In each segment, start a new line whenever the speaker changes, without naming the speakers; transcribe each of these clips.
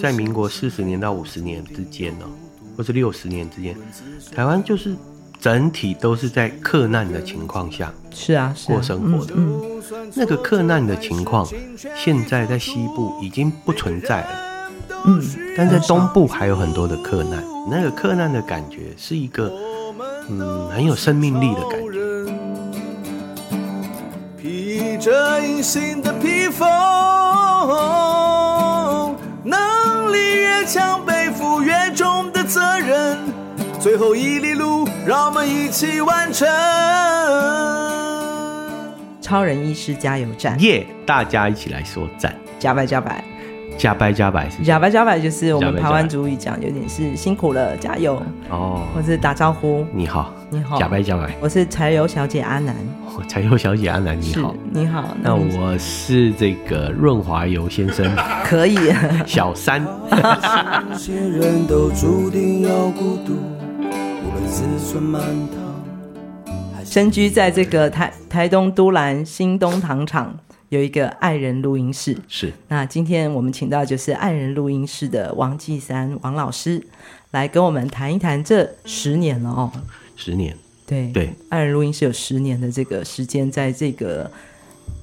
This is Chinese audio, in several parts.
在民国四十年到五十年之间呢、或是六十年之间，台湾就是整体都是在克难的情况下
是啊，是啊
过生活的。
嗯
那个克难的情况，现在在西部已经不存在了，
嗯嗯
但在东部还有很多的克难。那个克难的感觉是一个，嗯，很有生命力的感觉。
披着隐形的披风，能力越强，背负越重的责任。最后一里路，让我们一起完成。
超人医师加油站，
耶、大家一起来说赞，
加白加白，
加掰加掰是
加白加白就是我
加
们
白
台湾
加白
主语讲，有点是辛苦了，加油，
哦，
或是打招呼，
你好，
你好，
加掰加掰，
我是柴油小姐阿南，
哦柴油小姐阿南你
是
好，
你好，
那
你
我是这个润滑油先生
可 以，
小 三，
有些人都注定要孤独，无论自尊满堂。
身居在这个台台东都兰新东糖厂有一个爱人录音室，
是
那今天我们请到就是爱人录音室的王继三王老师来跟我们谈一谈这十年了哦。
十年，
对
对，
爱人录音室有十年的这个时间，在这个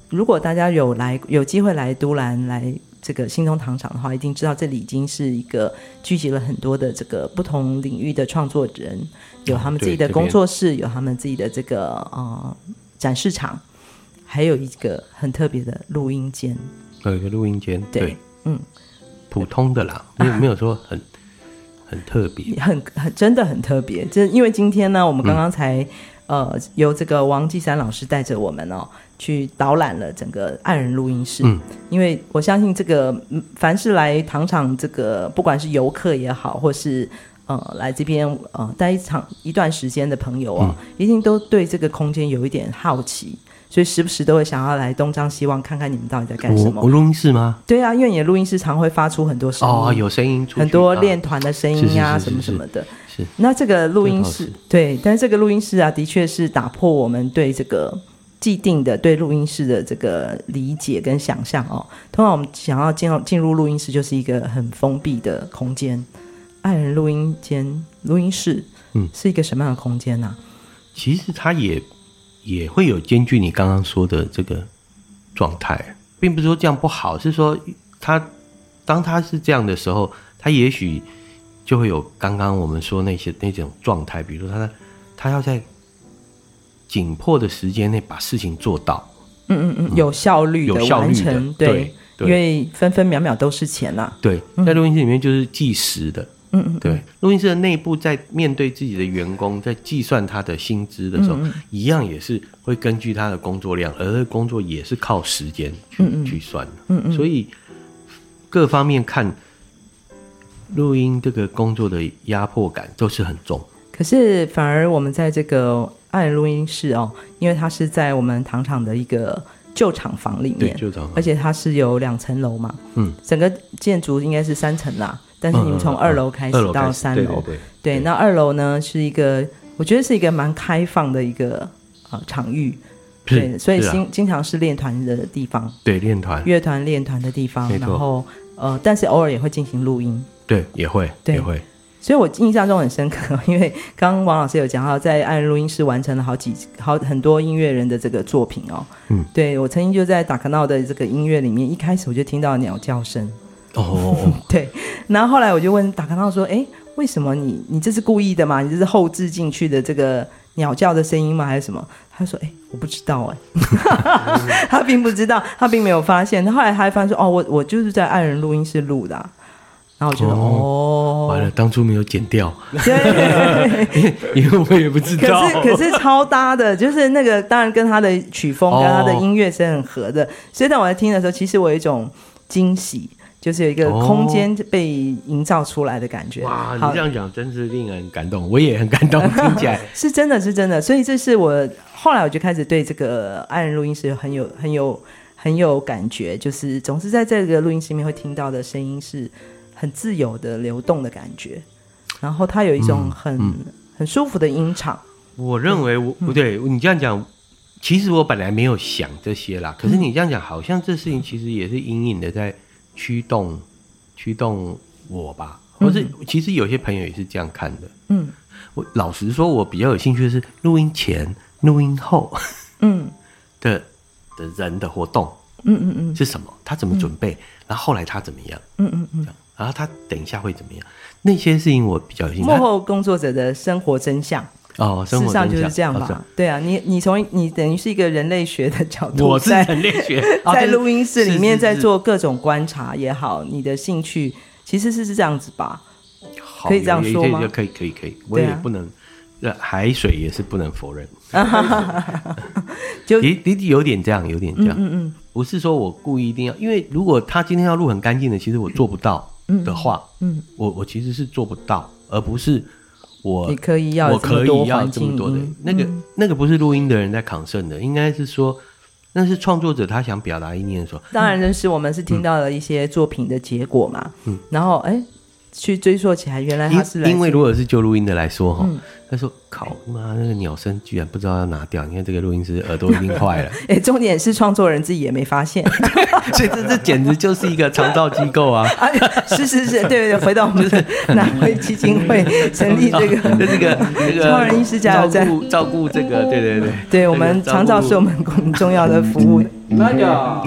如果大家有来有机会来都兰来这个新东糖厂的话，一定知道这里已经是一个聚集了很多的这个不同领域的创作人，有他们自己的
啊对这边
工作室，有他们自己的这个呃展示场，还有一个很特别的录音间。
有一个录音间，
对，
对，
嗯，
普通的啦， 没有没有说很很特别，
很很真的很特别，这因为今天呢，我们
嗯
刚刚才、呃由这个王继山老师带着我们哦去导览了整个爱人录音室，
嗯
因为我相信这个嗯凡是来糖厂这个不管是游客也好，或是呃来这边呃待一场一段时间的朋友
嗯
哦，一定都对这个空间有一点好奇，所以时不时都会想要来东张西望看看你们到底在干什
我我
么。
录音室吗？
对啊，因为你的录音室常会发出很多声音，
哦，有声音出去，
很多
啊
练团的声音啊，
是是是
什么什么的。
是
那这个录音室
这倒，
对，但是这个录音室啊，的确是打破我们对这个既定的对录音室的这个理解跟想象哦。通常我们想要进入进入录音室，就是一个很封闭的空间。爱人录音间、录音室，
嗯
是一个什么样的空间呢、啊
其实它也也会有兼具你刚刚说的这个状态，并不是说这样不好，是说它当它是这样的时候，它也许就会有刚刚我们说那些那种状态，比如说它它要在紧迫的时间内把事情做到，
嗯嗯嗯，有效率的
有效
完
率的
成，，
对
因
对
为分分秒秒都是钱啊啦、
对，在录音室里面就是计时的，
嗯嗯，
对，录音室的内部在面对自己的员工，在计算他的薪资的时候，一样也是会根据他的工作量，而这个工作也是靠时间去、去算的。嗯嗯所以各方面看，录音这个工作的压迫感都是很重。
可是反而我们在这个爱人录音室哦，因为它是在我们糖厂的一个旧厂房里
对，
面，
就这样。
而且它是有两层楼嘛，
嗯，
整个建筑应该是三层啦，但是你们从
嗯嗯嗯
二楼开
二
始
楼
到
开始
三
对
楼，
对对
对，那二楼呢是一个，我觉得是一个蛮开放的一个呃场域，
是
对，所以
是啊
经、经常是练团的地方，
对练团，
乐团练团的地方，
没错
然后呃，但是偶尔也会进行录音，
对也会
对
也会，
所以我印象中很深刻，因为刚刚王老师有讲到，在爱人录音室完成了好几好很多音乐人的这个作品哦。
嗯，
对我曾经就在打卡闹的这个音乐里面，一开始我就听到鸟叫声，
哦哦哦，
对，然后后来我就问打卡闹说：“哎，为什么你你这是故意的吗？你这是后置进去的这个鸟叫的声音吗？还是什么？”他说：“哎，我不知道哎、他并不知道，他并没有发现。他后来他还发现说：‘哦，我我就是在爱人录音室录的啊、然后我觉得哦，
完了，当初没有剪掉，
对，
因为我也不知道
可。是可是超搭的，就是那个当然跟他的曲风
哦
跟他的音乐是很合的，所以当我在听的时候，其实我有一种惊喜，就是有一个
哦
空间被营造出来的感觉。
哇，你
好
这样讲真是令人感动，我也很感动，听起来。
是真的是真的，所以这是我后来我就开始对这个爱人录音室很有很有很有感觉，就是总是在这个录音室里面会听到的声音是很自由的流动的感觉，然后它有一种
嗯
很、很舒服的音场。
我认为我不对，你这样讲，其实我本来没有嗯想这些啦。可是你这样讲，好像这事情其实也是隐隐的在驱动驱动我吧，或是其实有些朋友也是这样看的。
嗯
我老实说，我比较有兴趣的是录音前、录音后
嗯
的的人的活动
嗯嗯嗯
是什么，他怎么准备，然后后来他怎么样，
嗯嗯嗯，
然啊后他等一下会怎么样，那些事情我比较有兴趣。
幕后工作者的生活真相，
哦，
事
生
实
活
上就
真相
是这样
哦
吧？ 对啊，你你从你等于是一个人类学的角度
我是
在
人类学，哦
在
就是
录音室里面
是是
在
是
做各种观察也好，你的兴趣其实是是这样子吧？
好
可以这样说吗
有有可以可以可以，我也
对啊
不能，呃，海水也是不能否认，
就
也也有点这样，有点这样，
嗯嗯
不是说我故意一定要，因为如果他今天要录很干净的，其实我做不到的话，
嗯，
我我其实是做不到，而不是我
你可以要有
我
这么
可
多
以要
环
这么
境嗯
多的
音，
那个那个不是录音的人在扛胜的，应该是说那是创作者他想表达意念的时候，
当然就是我们是听到了一些作品的结果嘛，
嗯
然后哎，去追溯起来，原来他是
因
来
因为
自
如果是就录音的来说哈
嗯，
他说靠妈那个鸟声居然不知道要拿掉，你看这个录音师耳朵一定 坏了，
哎，重点是创作人自己也没发现，
所以这这简直就是一个长照机构 啊，
啊，是是是，对对对，回到我们的 南汇基金会成立这
这
个，
是个那个
超人医师加油
照
站
顾照顾这个，对对对，
对我们长照是 我们很重要的服务。
Ada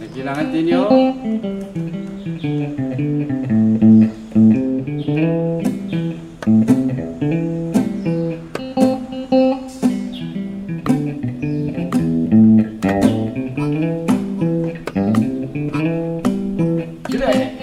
kehilangan tinio. Jelek.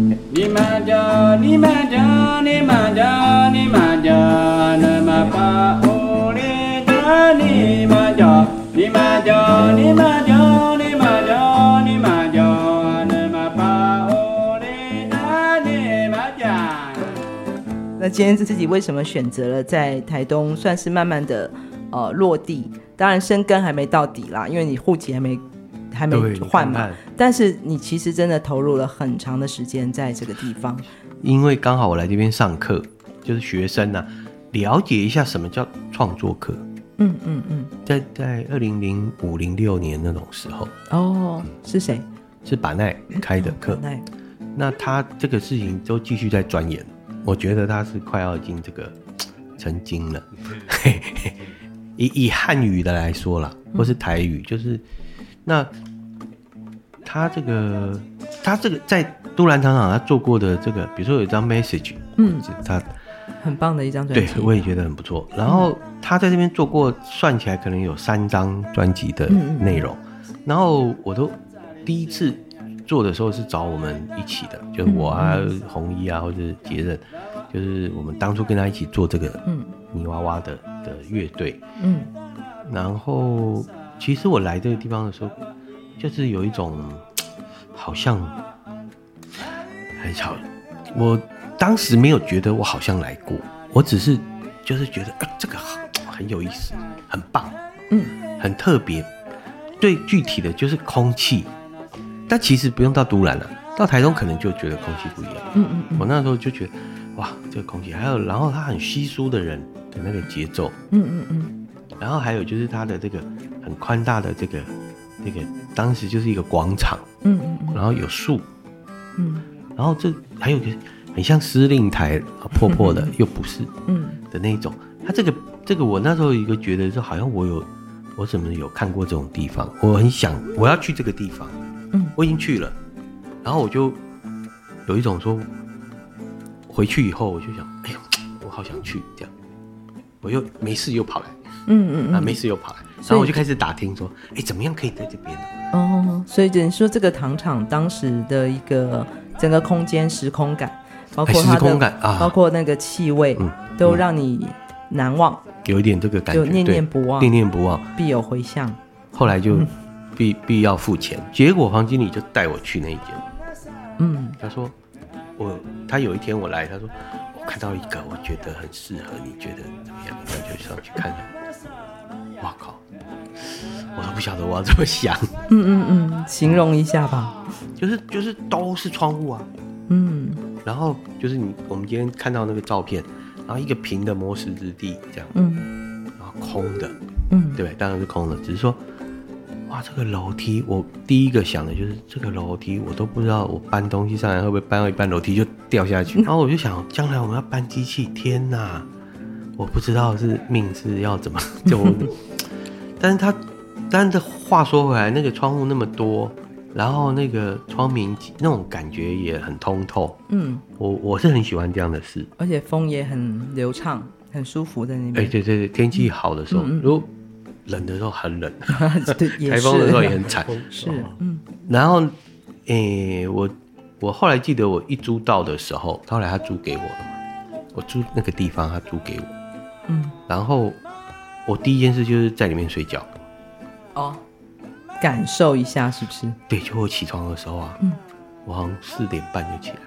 Nimaja, nimaja, nimaja, nimaja, namapa uli ja nimaja, nimaja, nimaja, nimaja, nimaja, namapa uli ja nimaja.
那今天自己为什么选择了在台东，算是慢慢的呃落地？当然生根还没到底啦，因为你户籍还没还没
对
换
你看
嘛
看。
但是你其实真的投入了很长的时间在这个地方。
因为刚好我来这边上课，就是学生呐、了解一下什么叫创作课，
嗯嗯嗯，
在在二零零五零六年那种时候
哦，是谁
是板奈开的课，
那
那他这个事情都继续在钻研，我觉得他是快要进这个成精了。 嘿嘿以以汉语的来说啦，
嗯
或是台语，就是那他这个他这个在都兰糖厂他做过的这个，比如说有一张 message，
嗯，
他
很棒的一张专
对
辑。啊
我也觉得很不错。然后他在这边做过，算起来可能有三张专辑的
嗯嗯
内容，然后我都第一次做的时候是找我们一起的，
嗯
就是我啊、红衣啊，或者是杰任，就是我们当初跟他一起做这个
嗯
泥娃娃的的乐队。
嗯
然后其实我来这个地方的时候，就是有一种好像很巧，我当时没有觉得我好像来过，我只是就是觉得、呃、这个好很有意思，很棒，
嗯，
很特别。最具体的就是空气，但其实不用到都兰了、到台中可能就觉得空气不一样。
嗯嗯嗯
我那时候就觉得，哇，这个空气，还有然后他很稀疏的人的那个节奏，
嗯嗯嗯，
然后还有就是它的这个很宽大的这个这个，当时就是一个广场，
嗯嗯嗯
然后有树，
嗯
然后这还有一个很像司令台啊破破 的，又不是
嗯
的那种。它这个这个，我那时候有一个觉得说，好像我有我怎么有看过这种地方，我很想我要去这个地方，
嗯，
我已经去了，然后我就有一种说，回去以后我就想，哎呦，我好想去这样，我又没事又跑来。
嗯嗯
啊，
嗯，
没事又跑来，然
所以
后我就开始打听说，哎，怎么样可以在这边呢？
哦，所以等于说这个糖厂当时的一个整个空间时空感，包括它
哎
的
时空感啊
包括那个气味，
嗯
都让你难忘，
有一点这个感觉，
就念
对
念不忘
念念不忘。
必有回响。
后来就必必要付钱，结果黄经理就带我去那一间，
嗯
他说我他有一天我来，他说我看到一个我觉得很适合，你觉得怎么样？我就上去看看。哇靠，我都不晓得我要怎么想，
嗯嗯嗯，形容一下吧。
就是就是都是窗户啊，
嗯
然后就是你我们今天看到那个照片，然后一个平的磨石之地这样，
嗯
然后空的，
嗯
对，当然是空的，只是说，哇，这个楼梯，我第一个想的就是这个楼梯，我都不知道我搬东西上来会不会搬到一半楼梯就掉下 去，然后我就想，将来我们要搬机器，天哪，我不知道是命是要怎么 就 我，但是他，但是话说回来，那个窗户那么多，然后那个窗明几那种感觉也很通透，
嗯，
我我是很喜欢这样的事，
而且风也很流畅，很舒服在那
哎、
边。
对对对，天气好的时候，
嗯嗯
如果冷的时候很冷，
对，也
哎台
是。
风的时候也很惨。
是，嗯
然后，诶、我我后来记得我一租到的时候，后来他租给我了嘛，我租那个地方他租给我，
嗯，
然后我第一件事就是在里面睡觉，
哦，感受一下是不是？
对，就我起床的时候啊，
嗯
我好像四点半就起来，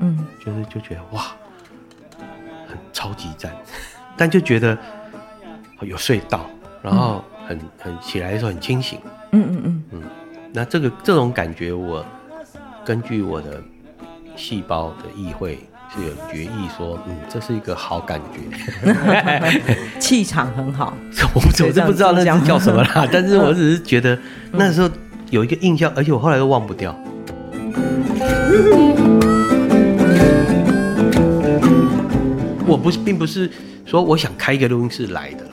嗯
就是就觉得哇，很超级赞，但就觉得有睡到，然后很很起来的时候很清醒，
嗯嗯嗯，
那这个这种感觉我，根据我的细胞的意会是有决议说，嗯，这是一个好感觉。
气场很好。
我不我是不知道那是叫什么啦， 但是我只是觉得那时候有一个印象，而且我后来都忘不掉。我不是，并不是说我想开一个录音室来的啦，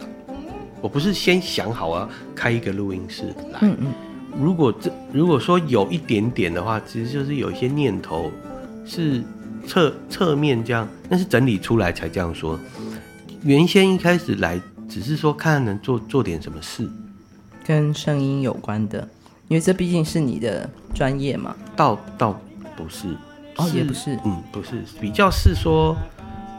我不是先想好我要开一个录音室来，
嗯嗯
如果这如果说有一点点的话，其实就是有一些念头是侧侧面这样，那是整理出来才这样说。原先一开始来只是说看能做做点什么事，
跟声音有关的，因为这毕竟是你的专业嘛。
倒倒不是，
哦也不是
嗯，不是，比较是说，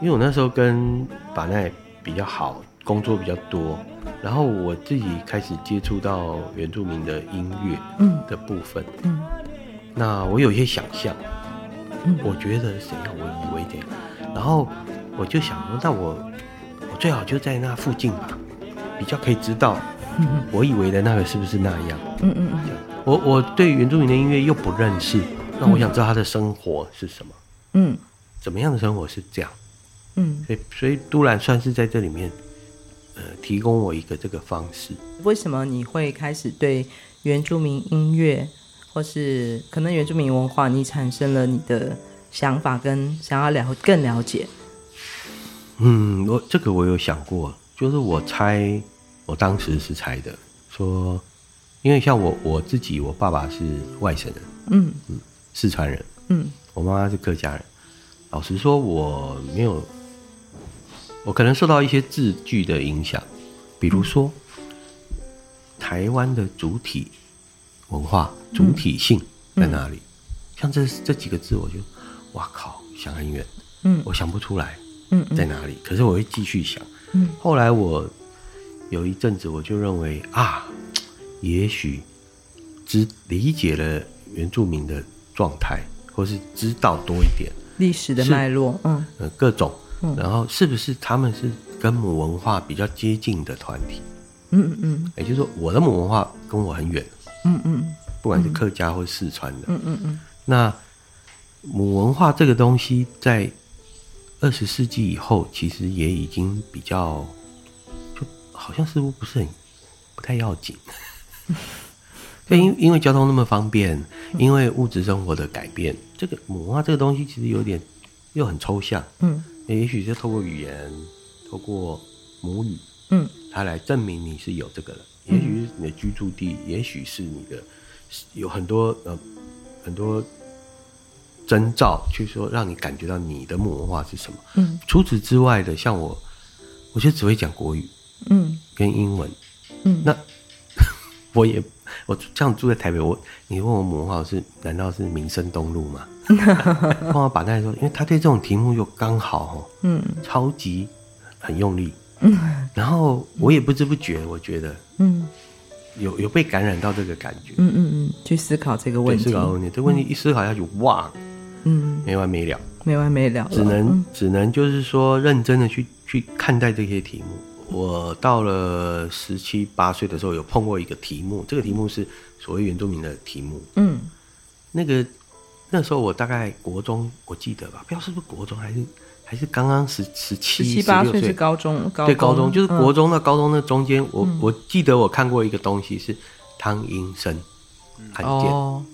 因为我那时候跟把奈比较好，工作比较多，然后我自己开始接触到原住民的音乐，
嗯
的部分，
嗯，
那我有一些想象，
嗯
我觉得怎样，我以为怎样，然后我就想说，那我我最好就在那附近吧，比较可以知道
嗯
我以为的那个是不是那样。
嗯嗯嗯
我我对原住民的音乐又不认识，那我想知道他的生活是什么，
嗯
怎么样的生活是这样，
嗯，
所以所以都兰算是在这里面，呃，提供我一个这个方式。
为什么你会开始对原住民音乐，或是可能原住民文化，你产生了你的想法跟想要了更了解？
嗯，我这个我有想过，就是我猜，我当时是猜的，说，因为像我我自己，我爸爸是外省人，
嗯
四川人，
嗯
我妈妈是客家人。老实说，我没有，我可能受到一些字句的影响，比如说，台湾的主体文化、主体性在哪里？像这这几个字，我就，哇靠，想很远，
嗯
我想不出来。
嗯嗯
在哪里，可是我会继续想。
嗯
后来我有一阵子我就认为啊，也许只理解了原住民的状态，或是知道多一点，
历史的脉络，嗯
呃，各种
嗯，
然后是不是他们是跟母文化比较接近的团体？
嗯嗯
也就是说，我的母文化跟我很远，
嗯嗯
不管是客家或是四川的，
嗯嗯嗯
那母文化这个东西，在二十世纪以后，其实也已经比较，就好像似乎不是很不太要紧。对，因因为交通那么方便，因为物质生活的改变，这个母文化这个东西其实有点又很抽象，
嗯
也许是透过语言，透过母语，
嗯
它来证明你是有这个人，也许是你的居住地，也许是你的有很多呃很多征兆，去说让你感觉到你的母文化是什么。
嗯
除此之外的，像我，我就只会讲国语
嗯
跟英文。
嗯
那 我也我这样住在台北，我你问我母文化我是难道是民生东路 吗？帮我把那说，因为他对这种题目又刚好哦，
嗯
超级很用力。然后我也不知不觉，我觉得
嗯
有有被感染到这个感觉。
嗯嗯，去思考这个
对，
问
思
题，
考问题，这个问题一思考下去，哇，
嗯，
没完没了，
没完没了了，嗯
只能只能就是说认真的去去看待这些题目。我到了十七八岁的时候，有碰过一个题目，这个题目是所谓原住民的题目。
嗯，
那个那时候我大概国中，我记得吧，不知道是不是国中还是还是刚刚十十七
十七
16
八岁
岁
是高中，高
对高中就是
嗯
国中到高中那中间，我我记得我看过一个东西是汤英生案件，
哦，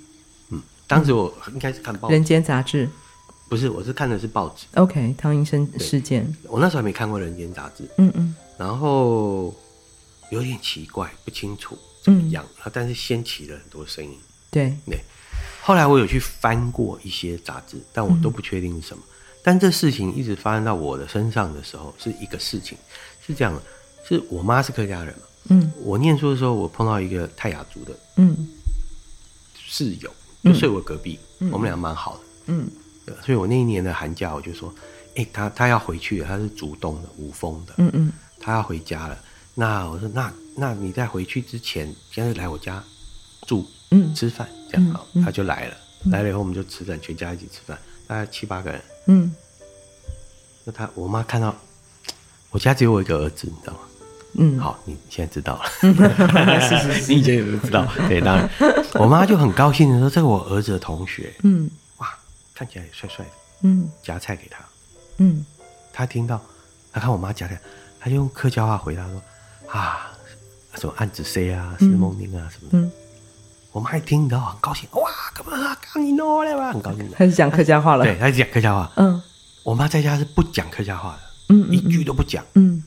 当时我应该是看报
《人间杂志》
不是，我是看的是报纸，
OK，汤医生事件，
我那时候还没看过《人间》杂志，
嗯嗯
然后有点奇怪，不清楚怎么样，然后但是掀起了很多声音，
嗯对，
对，后来我有去翻过一些杂志，但我都不确定是什么。但这事情一直发生到我的身上的时候，是一个事情，是这样的：是我妈是客家人嘛，
嗯
我念书的时候，我碰到一个泰雅族的
嗯
室友，就睡我隔壁，我们俩蛮好的。
嗯
对所以我那一年的寒假，我就说，哎、他他要回去了，他是竹东的五峰的，
嗯嗯
他要回家了。那我说，那那你在回去之前，现在来我家住，
嗯
吃饭，这样好，他就来了。来了以后，我们就吃饭，全家一起吃饭，大概七八个人。
嗯，
那他我妈看到，我家只有我一个儿子，你知道吗？
嗯
好，你现在知道了， 是是是，你以前也不知道，对，当然，我妈就很高兴的说，这个我儿子的同学，
嗯
哇，看起来也帅帅的，
嗯
夹菜给他，
嗯
他听到，他看我妈夹菜，他就用客家话回答说：“啊，什么案子 C 啊，是梦玲啊什么的。
嗯，
我妈一听，你知道很高兴，哇，干嘛啊，干你诺了吧，很高 兴的。
开始讲客家话了，
对，他讲客家话，
嗯
我妈在家是不讲客家话的，
嗯嗯
一句都不讲。
嗯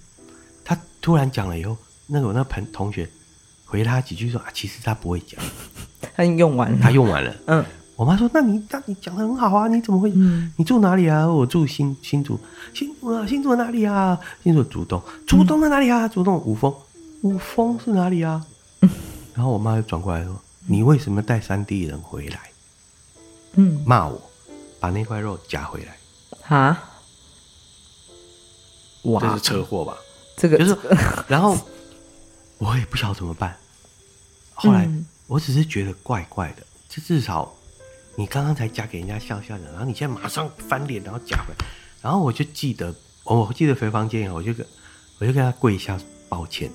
她突然讲了以后，那个我那朋同学回他几句说啊，其实他不会讲，
嗯，他已经用完
他
了，
用完了。
嗯
我妈说：“那你那你讲的很好啊，你怎么会？
嗯
你住哪里啊？我住新新竹，新竹啊，新竹哪里啊？新竹竹东，竹东在哪里啊？竹东五峰，五峰是哪里啊？” 然后我妈就转过来说：“你为什么带山地人回来？
嗯，
骂我，把那块肉夹回来，
啊，
这
哇
是，车祸吧？
这个
就是，然后我也不晓得怎么办。后来
嗯
我只是觉得怪怪的，就至少你刚刚才夹给人家笑笑的，然后你现在马上翻脸，然后夹回来，然后我就记得，我我记得回房间以后，我就跟我就跟他跪一下，抱歉。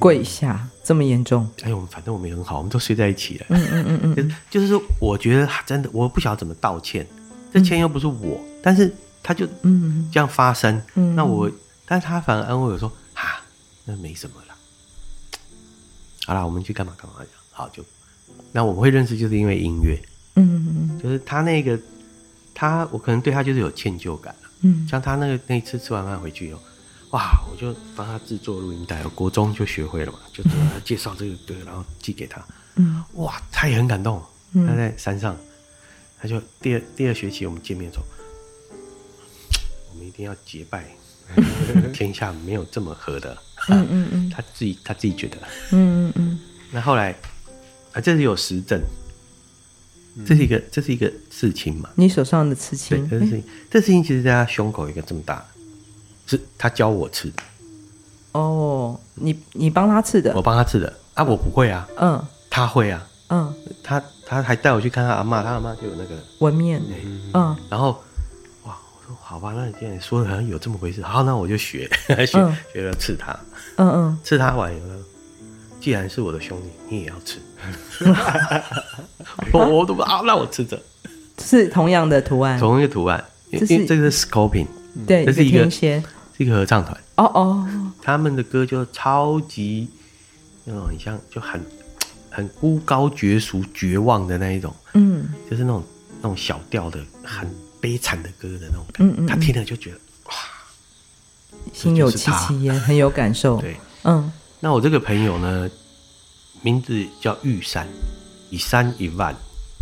跪下这么严重，
哎呦，我们反正我们也很好，我们都睡在一起 了。
嗯嗯嗯
就
嗯
是就是说我觉得啊真的，我不晓得怎么道歉，这歉又不是我，但是他就
嗯
这样发生，
嗯
那我，但是他反而安慰我说，啊，那没什么啦，好啦，我们去干嘛干嘛这样，好就，那我们会认识就是因为音乐，
嗯
就是他那个，他我可能对他就是有歉疚感、啊、
嗯
像他那个那一次吃完饭回去以后，哇，我就帮他制作录音带，我国中就学会了嘛，就帮他介绍这个歌，然后寄给他，
嗯
哇，他也很感动，
嗯
他在山上，他就第二第二学期我们见面的时候，我们一定要结 拜，天下没有这么合的，
嗯嗯嗯
他自己他自己觉得。
嗯嗯
那后来啊，这是有实证，这是一个这是一个事情嘛，
你手上的刺
对，
青，
这是 事情，这事情其实在他胸口有一个这么大，是他教我吃的，
哦，你你帮他刺的
我，帮他吃的啊，我不会啊，
嗯
他会啊，
嗯，
他他还带我去看他阿嬷，他阿嬷就有那个。
纹面，嗯
然后哇，我说好吧，那你既然说的好像有这么回事，好，那我就学 学、
嗯
学了刺他，
嗯嗯，
刺他完以后呢，既然是我的兄弟，你也要 吃， 我我都不啊，那我吃着，
是同样的图案，
同一个图案，因
嗯这是
因为这个是 Scoping，
对，
这是一个
个天蝎，
是一个合唱团，
哦哦，
他们的歌就超级那种很像就很很孤高绝俗、绝望的那一种，
嗯
就是那种那种小调的很悲惨的歌的那种感觉，
嗯嗯
他
嗯
听了就觉得。
心有戚戚焉，很有感受。
对，
嗯
那我这个朋友呢，名字叫玉山，以山以万，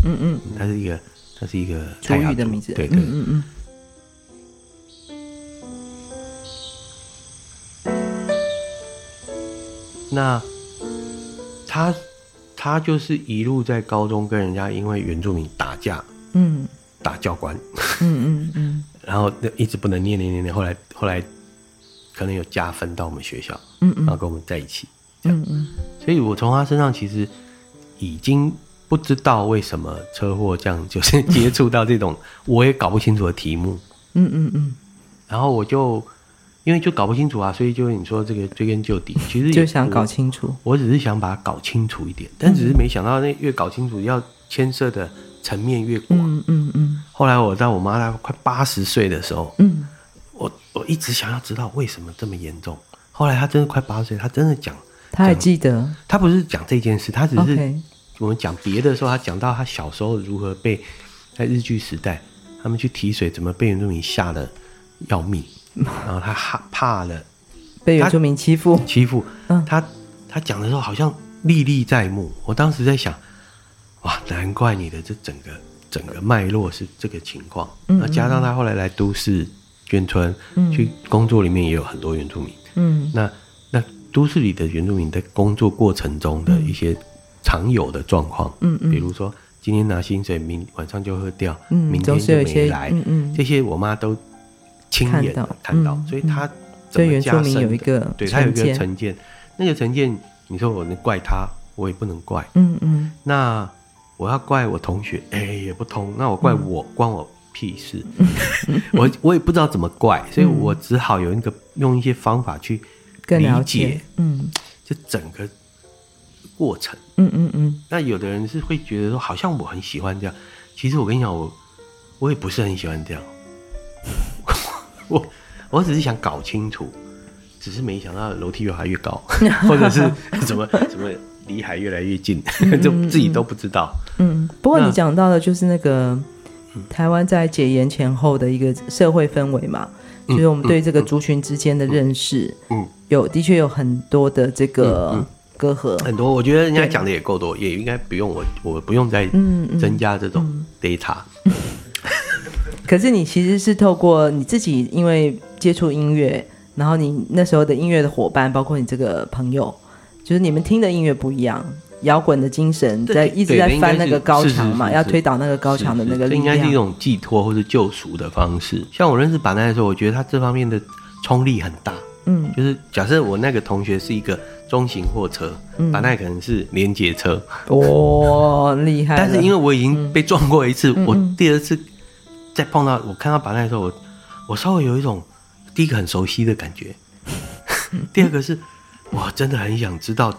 嗯嗯，
他是一个，他是一个
主
泰雅
语的
族
名字，
对对。
嗯嗯嗯，嗯
那他他就是一路在高中跟人家因为原住民打架
嗯
打教官，
嗯嗯嗯
然后那一直不能念念念念，后来后来可能有加分到我们学校，
嗯
然后
嗯
跟我们在一起，
嗯嗯，
所以我从他身上其实已经。不知道为什么车祸这样，就是 接触到这种我也搞不清楚的题目，
嗯嗯嗯
然后我就因为就搞不清楚啊，所以就你说这个追根 究底，其实也
就想
不
搞清楚。
我只是想把它搞清楚一点，但只是没想到那越搞清楚要牵涉的层面越广。
嗯嗯嗯
后来我到我妈她快八十岁的时候，
嗯，
我我一直想要知道为什么这么严重。后来她真的快八十岁，她真的讲，
他还
讲
记得。
她不是讲这件事，她只是
OK，
我们讲别的时候，他讲到他小时候如何被在日据时代，他们去提水怎么被原住民吓得要命，然后他怕怕了
被
他
原住民欺负。
欺负。
嗯
他他讲的时候好像历历在目。我当时在想，哇，难怪你的这整个整个脉络是这个情况。
嗯
那加上他后来来都市眷村、去工作，里面也有很多原住民。
嗯
那那都市里的原住民在工作过程中的一些常有的状况，
嗯嗯
比如说今天拿薪水，明晚上就喝掉，
嗯，
明
总
天
是
就
有一
没
些
来，
嗯嗯，
这些我妈都亲眼
看到
看到，
嗯
所以她怎
对
么
原住
加
民
深
有
的
一个
对她有一
成
个
见
成见，那个成见，你说我能怪她，我也不能怪，
嗯嗯
那我要怪我同学，哎、也不通。那我怪我，关我屁事。 我我也不知道怎么怪，所以我只好有一个用一些方法去
更了
理
解
解。
嗯
这整个过程。
嗯嗯嗯
那有的人是会觉得说，好像我很喜欢这样，其实我跟你讲，我我也不是很喜欢这样。 我我只是想搞清楚，只是没想到楼梯越爬越高， 或者 是怎么怎么离海越来越近，就自己都不知道。
嗯。不过
那
你讲到的就是那个台湾在解严前后的一个社会氛围嘛，就是我们对这个族群之间的认识，
嗯嗯，
有的确有很多的这个隔阂。
很多，我觉得人家讲的也够多，也应该不用我，我不用再
嗯嗯
增加这种 data。
可是你其实是透过你自己，因为接触音乐，然后你那时候的音乐的伙伴，包括你这个朋友，就是你们听的音乐不一样，摇滚的精神
对
在
对
一直在
对
翻
应该
那
是
个高
是是
墙嘛，
是
要
是
推倒那个高墙的
是
那个
这
力
应该是一
量。
种寄托或是救赎的方式。像我认识板奈的时候，我觉得他这方面的冲力很大。
嗯
就是假设我那个同学是一个中型货车，
嗯
板奈可能是连接车，
哇，厉害了！
但是因为
为
我已经被撞过一次，
嗯
我第二次再碰到我看到板奈的时候，我我稍微有一种第一个很熟悉的感觉， 第二个是我真的很想知道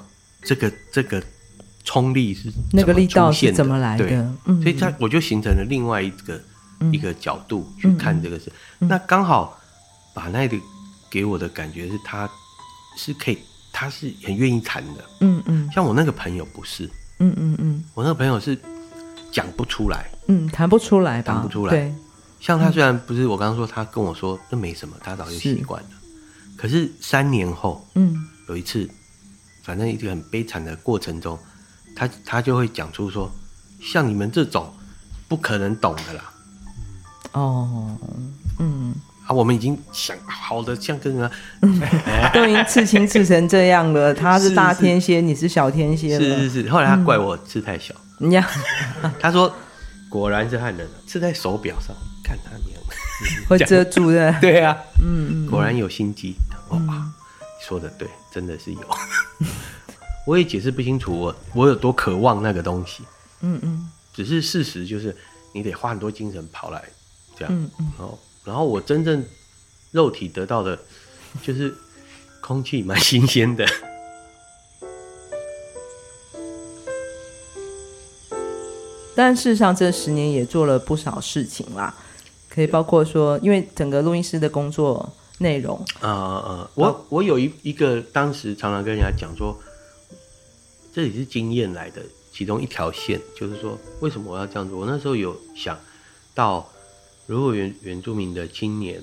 这个这个冲力是
那个力道
出现
是
的
怎么来
对
的？嗯，
所以它我就形成了另外一个、一个角度去看这个事。那刚好把奈的给我的感觉是，他是可以，他是很愿意谈的。
嗯嗯
像我那个朋友不是，
嗯嗯嗯
我那个朋友是讲不出来。
嗯，谈不出来吧？
谈不出来
对，
像他虽然不是我刚刚说，他跟我说那没什么，他早就是习惯了。可是三年后
嗯
有一次，反正一个很悲惨的过程中，他他就会讲出说，像你们这种不可能懂的啦。
哦，嗯，
啊，我们已经想好的像跟人家啊
都已经刺青刺成这样 了，他是
是
大
是
天蝎，你是小天蝎
是
了，
是是，后来他怪我刺太小，
你要。
他说果然是汉人啊，刺在手表上，看他娘，
会遮住的。
对啊，嗯嗯，果然有心机，哇，
嗯
你说的对，真的是有， 我也解释不清楚我我有多渴望那个东西，
嗯嗯
只是事实就是你得花很多精神跑来这样，
嗯嗯，
然后然后我真正肉体得到的就是空气蛮新鲜的。
但事实上这十年也做了不少事情啦，可以包括说，因为整个录音师的工作内容，
呃呃，我我有一一个当时常常跟人家讲说，这也是经验来的其中一条线，就是说为什么我要这样做？我那时候有想到，如果原原住民的青年，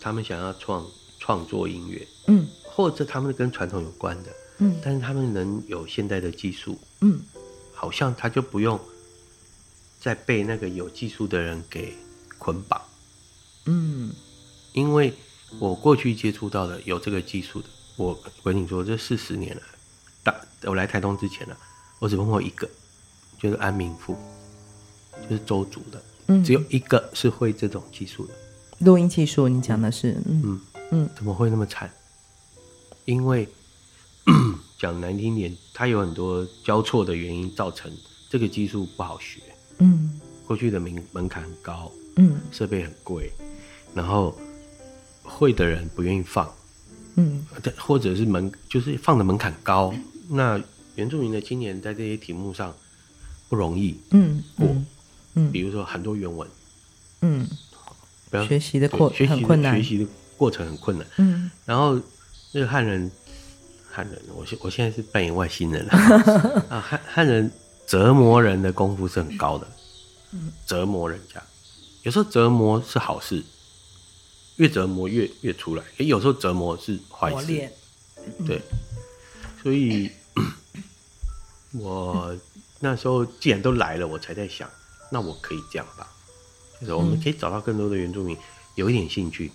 他们想要创创作音乐，
嗯
或者他们跟传统有关的，
嗯
但是他们能有现代的技术，
嗯
好像他就不用再被那个有技术的人给捆绑。
嗯
因为我过去接触到的有这个技术的，我我跟你说，这四十年了，大我来台东之前呢、我只碰过一个，就是安民富，就是周族的，
嗯
只有一个是会这种技术的，
录音技术，你讲的是，嗯
嗯
嗯
怎么会那么惨？因为 讲难听点，它有很多交错的原因造成这个技术不好学，
嗯
过去的门门槛很高，
嗯
设备很贵，然后会的人不愿意放，
嗯，
但或者是门就是放的门槛高。那原住民的青年在这些题目上不容易，
嗯
过
嗯嗯
比如说很多原文，
嗯，
比方
学习的
对
过
学习
很
的
困
学，
难
习的过程很困难。
嗯，
然后那个汉人，汉人，我现我现在是扮演外星人了 啊，汉汉人折磨人的功夫是很高的，折磨人家，有时候折磨是好事，越折磨越越出来，也有时候折磨是坏
磨
事
练，，
对，所以 我那时候既然都来了，我才在想，那我可以这样吧，就是我们可以找到更多的原住民有一点兴趣，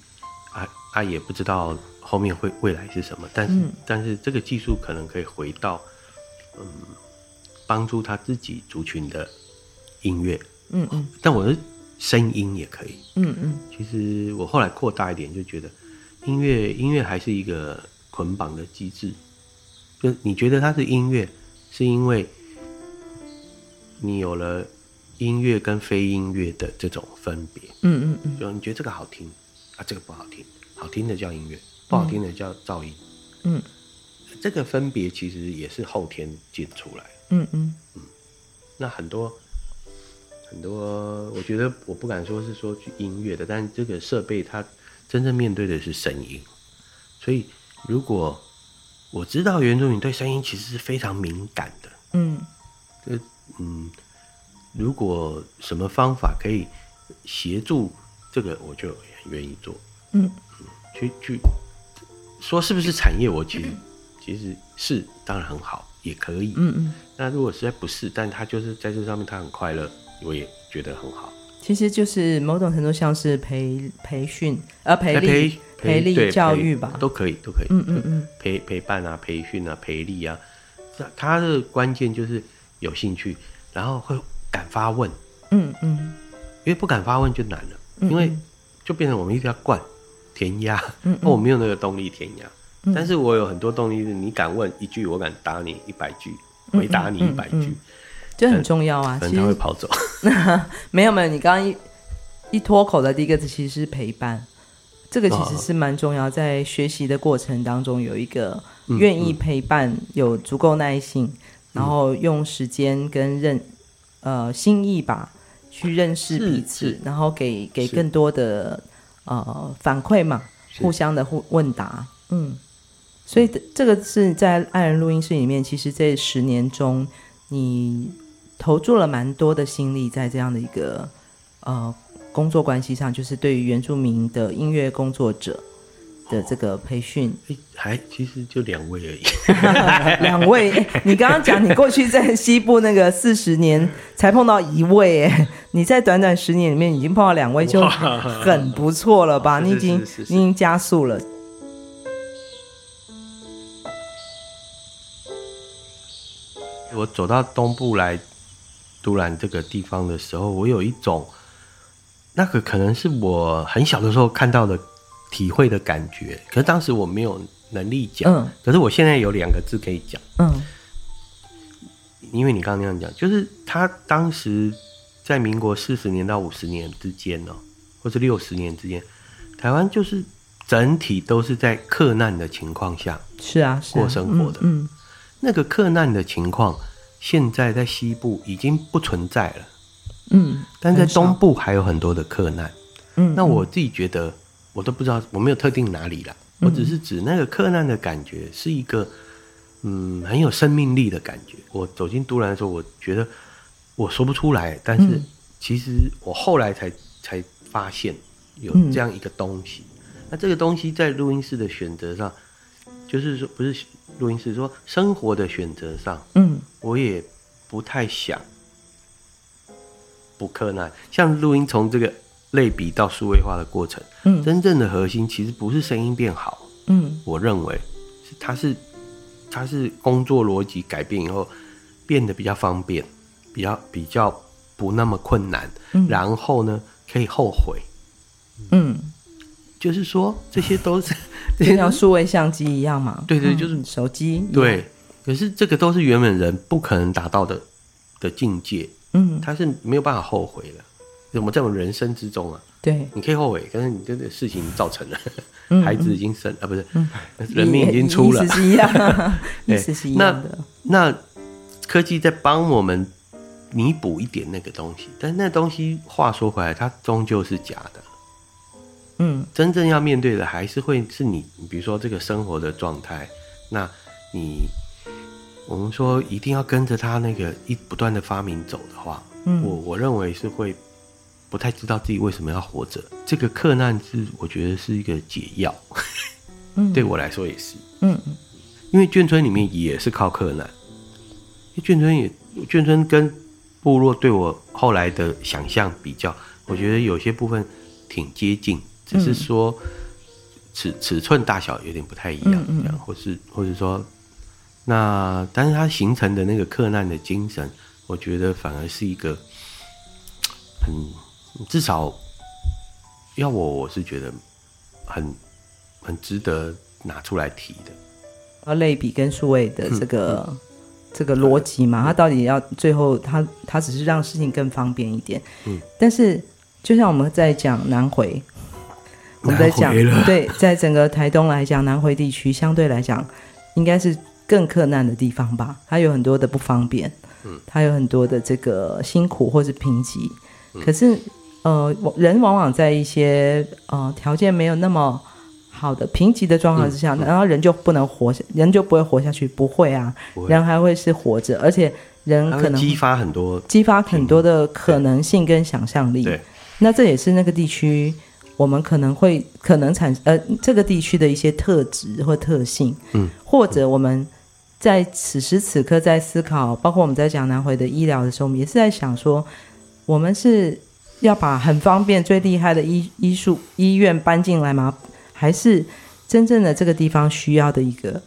啊啊也不知道后面会未来是什么，但是、
嗯
但是这个技术可能可以回到，嗯，帮助他自己族群的音乐，
嗯嗯
但我的声音也可以，
嗯嗯
其实我后来扩大一点，就觉得音乐音乐还是一个捆绑的机制。就你觉得它是音乐，是因为你有了音乐跟非音乐的这种分别。
嗯嗯嗯
就你觉得这个好听啊，这个不好听，好听的叫音乐，不好听的叫噪音。
嗯
这个分别其实也是后天建出来的。
嗯嗯
那很多很多，我觉得我不敢说是说去音乐的，但这个设备它真正面对的是声音，所以如果我知道原住民对声音其实是非常敏感的，
嗯
呃嗯，如果什么方法可以协助这个，我就很愿意做。
嗯
去去说是不是产业，我其实其实是当然很好，也可以，
嗯嗯，
那如果实在不是，但他就是在这上面他很快乐，我也觉得很好。
其实就是某种程度像是培培训呃培
哎
力
对
培力教育吧，
都可以，都可以。
嗯嗯嗯
陪陪伴啊，培训啊，培力啊，这他的关键就是有兴趣，然后会敢发问，
嗯嗯
因为不敢发问就难了，因为就变成我们一直要灌填鸭，
嗯
那我没有那个动力填鸭，但是我有很多动力，是你敢问一句，我敢答你一百句，
嗯
回答你一百句，
这很重要啊。
可
其
能他会
实
跑走。
没有没有，你刚刚一一脱口的第一个字其实是陪伴，这个其实
哦
是蛮重要，在学习的过程当中有一个愿意陪伴，有足够耐心，然后用时间跟认呃心意吧去认识
是
彼此
是，
然后给给
是
更多的呃反馈嘛，
是
互相的互问答，嗯。所以这个是在爱人录音室里面，其实这十年中，你投注了蛮多的心力在这样的一个呃工作关系上，就是对于原住民的音乐工作者的这个培训。
哎还其实就两位而已。
两 位，哎你刚刚讲你过去在西部那个四十年才碰到一位，哎，你在短短十年里面已经碰到两位，就很不错了吧？
是
你已经
是是是
你已经加速了。
我走到东部来都兰这个地方的时候，我有一种，那个可能是我很小的时候看到的、体会的感觉。可是当时我没有能力讲，
嗯
可是我现在有两个字可以讲，
嗯
因为你刚刚那样讲，就是他当时在民国四十年到五十年之间呢、哦或是六十年之间，台湾就是整体都是在克难的情况下，
是啊，是啊
过生活的
嗯
那个克难的情况，现在在西部已经不存在了。
嗯，嗯
但在
很少
东部还有很多的克难。
嗯嗯
那我自己觉得，我都不知道，我没有特定哪里啦，我只是指那个克难的感觉是一个，嗯，很有生命力的感觉。我走进都兰的时候，我觉得我说不出来，但是
嗯
其实我后来才才发现有
嗯
这样一个东西。那这个东西在录音室的选择上，就是说不是录音室，说生活的选择上，
嗯
我也不太想不克难。像录音从这个类比到数位化的过程，
嗯
真正的核心其实不是声音变好，
嗯
我认为是它是它是工作逻辑改变以后变得比较方便，比较比较不那么困难，
嗯
然后呢可以后悔。
嗯，
就是说，这些都是这些
就
都
像
是
数位相机一样嘛。
对对就是
嗯手机一样。
对，可是这个都是原本人不可能达到的的境界。
嗯
他是没有办法后悔的。我们在我们人生之中啊，
对，嗯
你可以后悔，但是你这个事情造成了，孩子已经生啊，不是，人命已经出了
意。嗯思是一 样，意思是一样的。
那科技在帮我们弥补一点那个东西，但那东西话说回来，它终究是假的。
嗯
真正要面对的还是会是你，比如说这个生活的状态，那你我们说一定要跟着他那个一不断的发明走的话，
嗯
我我认为是会不太知道自己为什么要活着。这个克难是我觉得是一个解药，
嗯，
对我来说也是，
嗯嗯
因为眷村里面也是靠克难，因为眷村也眷村跟部落对我后来的想象比较，我觉得有些部分挺接近，只
嗯
是说尺尺寸大小有点不太一样，
嗯嗯
这样或是或者说，那但是它形成的那个克难的精神，我觉得反而是一个很至少要我我是觉得很很值得拿出来提的。
要类比跟数位的这个、这个逻辑嘛，它到底要最后它它只是让事情更方便一点，
嗯，
但是就像我们在讲南回，我们在讲
南回了
对，在整个台东来讲，南回地区相对来讲应该是更克难的地方吧，它有很多的不方便，嗯，它有很多的这个辛苦或是贫瘠，
嗯
可是呃，我人往往在一些呃条件没有那么好的贫瘠的状况之
嗯
下，然后人就不能活下，人就不会活下去，不会啊，
不会
人还会是活着，而且人
它
可
会
能
激发很多
激发很多的可能性跟想象
嗯
力。
对，
那这也是那个地区我们可能会可能产呃这个地区的一些特质或特性，
嗯，
或者我们在此时此刻在思考，包括我们在讲南回的医疗的时候，我们也是在想说，我们是要把很方便、最厉害的医医术医院搬进来吗？还是真正的这个地方需要的一个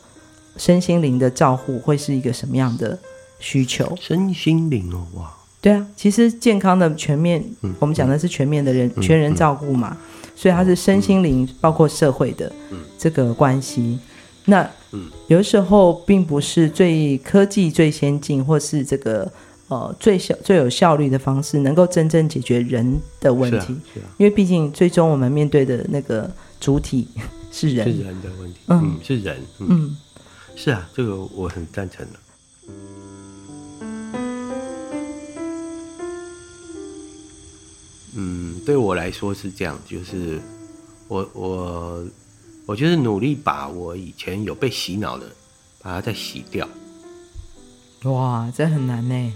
身心灵的照护，会是一个什么样的需求？
身心灵哦，哇，
对啊，其实健康的全面，
嗯
我们讲的是全面的人、全人照顾嘛，所以它是身心
嗯
灵、包括社会的这个关系。那
嗯
有的时候并不是最科技最先进，或是这个呃最效最有效率的方式，能够真正解决人的问
是啊
题，
是啊，
因为毕竟最终我们面对的那个主体 是人。
是人的问题，
嗯
嗯，是人，嗯，
嗯，
是啊，这个我很赞成啊的。嗯，对我来说是这样，就是我我我就是努力把我以前有被洗脑的，把它再洗掉。
哇，这很难呢，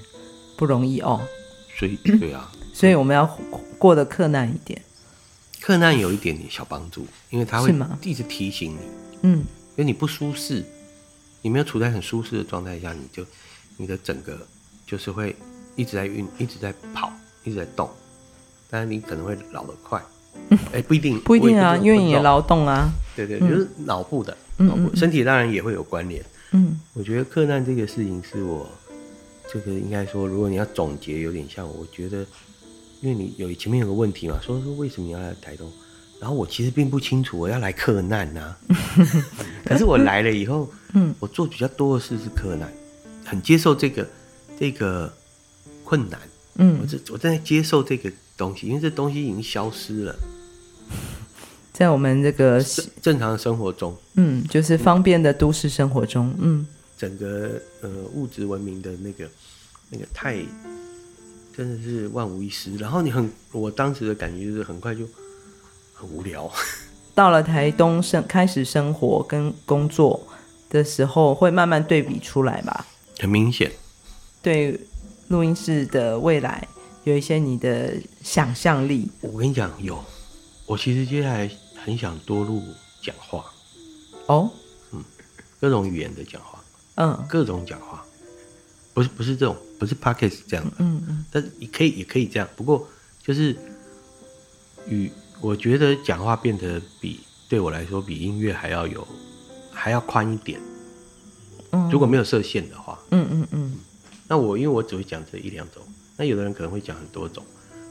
不容易
嗯
哦。
所以对啊，
所以我们要过得克难一点。
克难有一点点小帮助，因为它会
是吗
一直提醒你，
嗯
因为你不舒适，你没有处在很舒适的状态下，你就你的整个就是会一直在运，一直在跑，一直在动，但是你可能会老得 快，哎、不一定，
不一定啊，
我也不知道
因为你的，劳动啊，
对对，就是脑部的，脑部身体当然也会有关联。
嗯
我觉得克难这个事情是我这个应该说，如果你要总结，有点像我觉得，因为你有前面有个问题嘛，说说为什么你要来台东，然后我其实并不清楚我要来克难呐、可是我来了以后，
嗯，
我做比较多的事是克难，很接受这个这个困难，我
嗯，
这我正在接受这个东西，因为这东西已经消失了，
在我们这个
正正常的生活中，
嗯，就是方便的都市生活中，嗯
整个呃物质文明的那个那个太真的是万无一失。然后你很，我当时的感觉就是很快就很无聊，
到了台东生开始生活跟工作的时候，会慢慢对比出来吧。
很明显。
对录音室的未来有一些你的想象力，
我跟你讲，有我其实接下来很想多录讲话，
哦，
各种语言的讲话，
嗯
各种讲话，不是不是这种，不是 podcast 这样的，
嗯嗯
但是也可以也可以这样，不过就是与我觉得讲话变得比对我来说比音乐还要有还要宽一点。
嗯
如果没有设限的话，
嗯嗯嗯，
那我因为我只会讲这一两种，那有的人可能会讲很多种，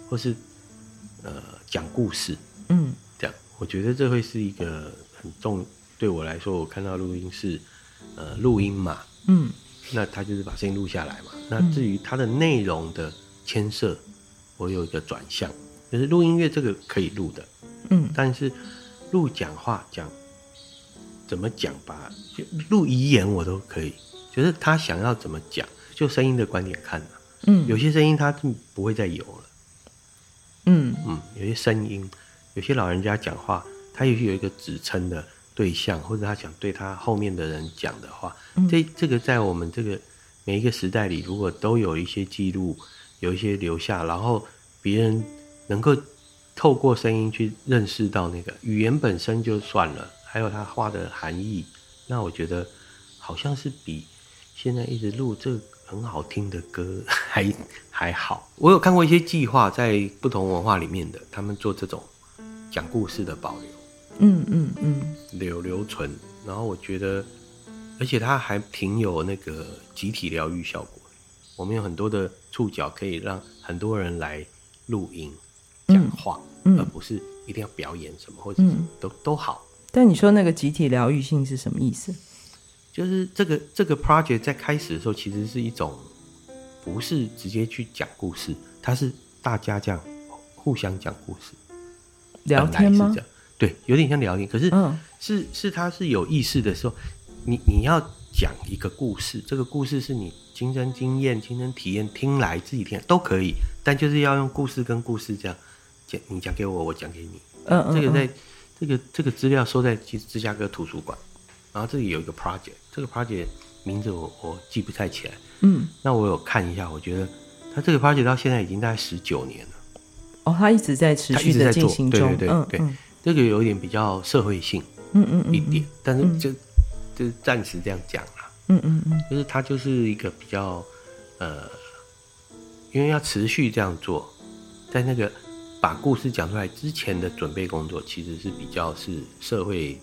或是呃讲故事
嗯
这样，我觉得这会是一个很重对我来说，我看到录音是呃录音嘛，
嗯
那他就是把声音录下来嘛。那至于它的内容的牵涉，我有一个转向，就是录音乐这个可以录的，
嗯
但是录讲话讲怎么讲吧，就录遗言我都可以，就是他想要怎么讲，就声音的观点看、啊、
嗯
有些声音他就不会再有了，
嗯
嗯，有些声音，有些老人家讲话，他也许有一个指称的对象，或者他想对他后面的人讲的话，这这个在我们这个每一个时代里，如果都有一些记录，有一些留下，然后别人能够透过声音去认识到那个语言本身就算了，还有他话的含义，那我觉得好像是比现在一直录这个很好听的歌 还还好。我有看过一些计划，在不同文化里面的，他们做这种讲故事的保留。
嗯嗯嗯
留留存，然后我觉得，而且它还挺有那个集体疗愈效果。我们有很多的触角可以让很多人来录音、讲话，
嗯
而不是一定要表演什么或者是
嗯
都都好。
但你说那个集体疗愈性是什么意思？
就是这个这个 project 在开始的时候，其实是一种不是直接去讲故事，它是大家这样互相讲故事，
聊
本来
天
是
吗
这？样，对，有点像聊天。可是，
嗯
是是他是有意识的时候，你你要讲一个故事，这个故事是你亲身经验、亲身体验、听来自己听来都可以，但就是要用故事跟故事这样讲，你讲给我，我讲给你。
嗯嗯，
这个
嗯
在这个这个资料收在芝芝加哥图书馆，然后这里有一个 project，这个 project 名字我我记不太起来，
嗯
那我有看一下，我觉得他这个 project 到现在已经大概十九年了。
哦，他一直在持
他一
续
直在
的进
做，
行
对
中
对，对
嗯
对
嗯，
这个有一点比较社会性
嗯嗯嗯
一点，但是就就是暂时这样讲啦，
嗯嗯嗯
就是它就是一个比较呃，因为要持续这样做，在那个把故事讲出来之前的准备工作，其实是比较是社会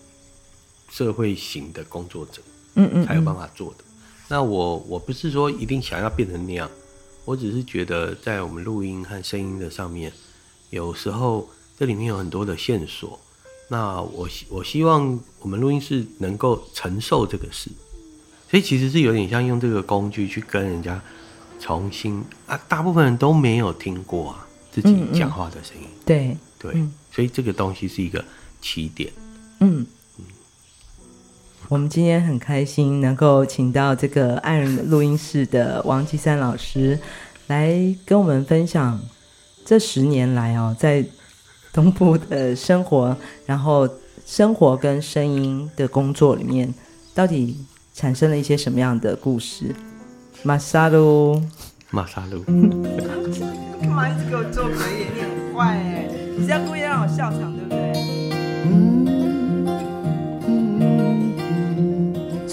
社会型的工作者
嗯嗯，
才有办法做的。那我我不是说一定想要变成那样，我只是觉得在我们录音和声音的上面，有时候这里面有很多的线索。那我希我希望我们录音室能够承受这个事，所以其实是有点像用这个工具去跟人家重新啊，大部分人都没有听过啊自己
嗯嗯
讲话的声音，
对，
对，
嗯
所以这个东西是一个起点。
嗯。我们今天很开心能够请到这个爱人录音室的王继三老师来跟我们分享这十年来哦，在东部的生活，然后生活跟声音的工作里面，到底产生了一些什么样的故事？马萨鲁，
马杀路，
干嘛一直给我做鬼脸？你很坏哎、你是要故意让我笑场对不对？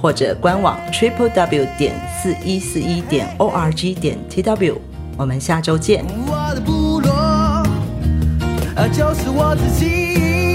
或者官网 triple w 点四一四一点 o r g 点 t w，我们下周见。
我的部落，呃，就是我自己。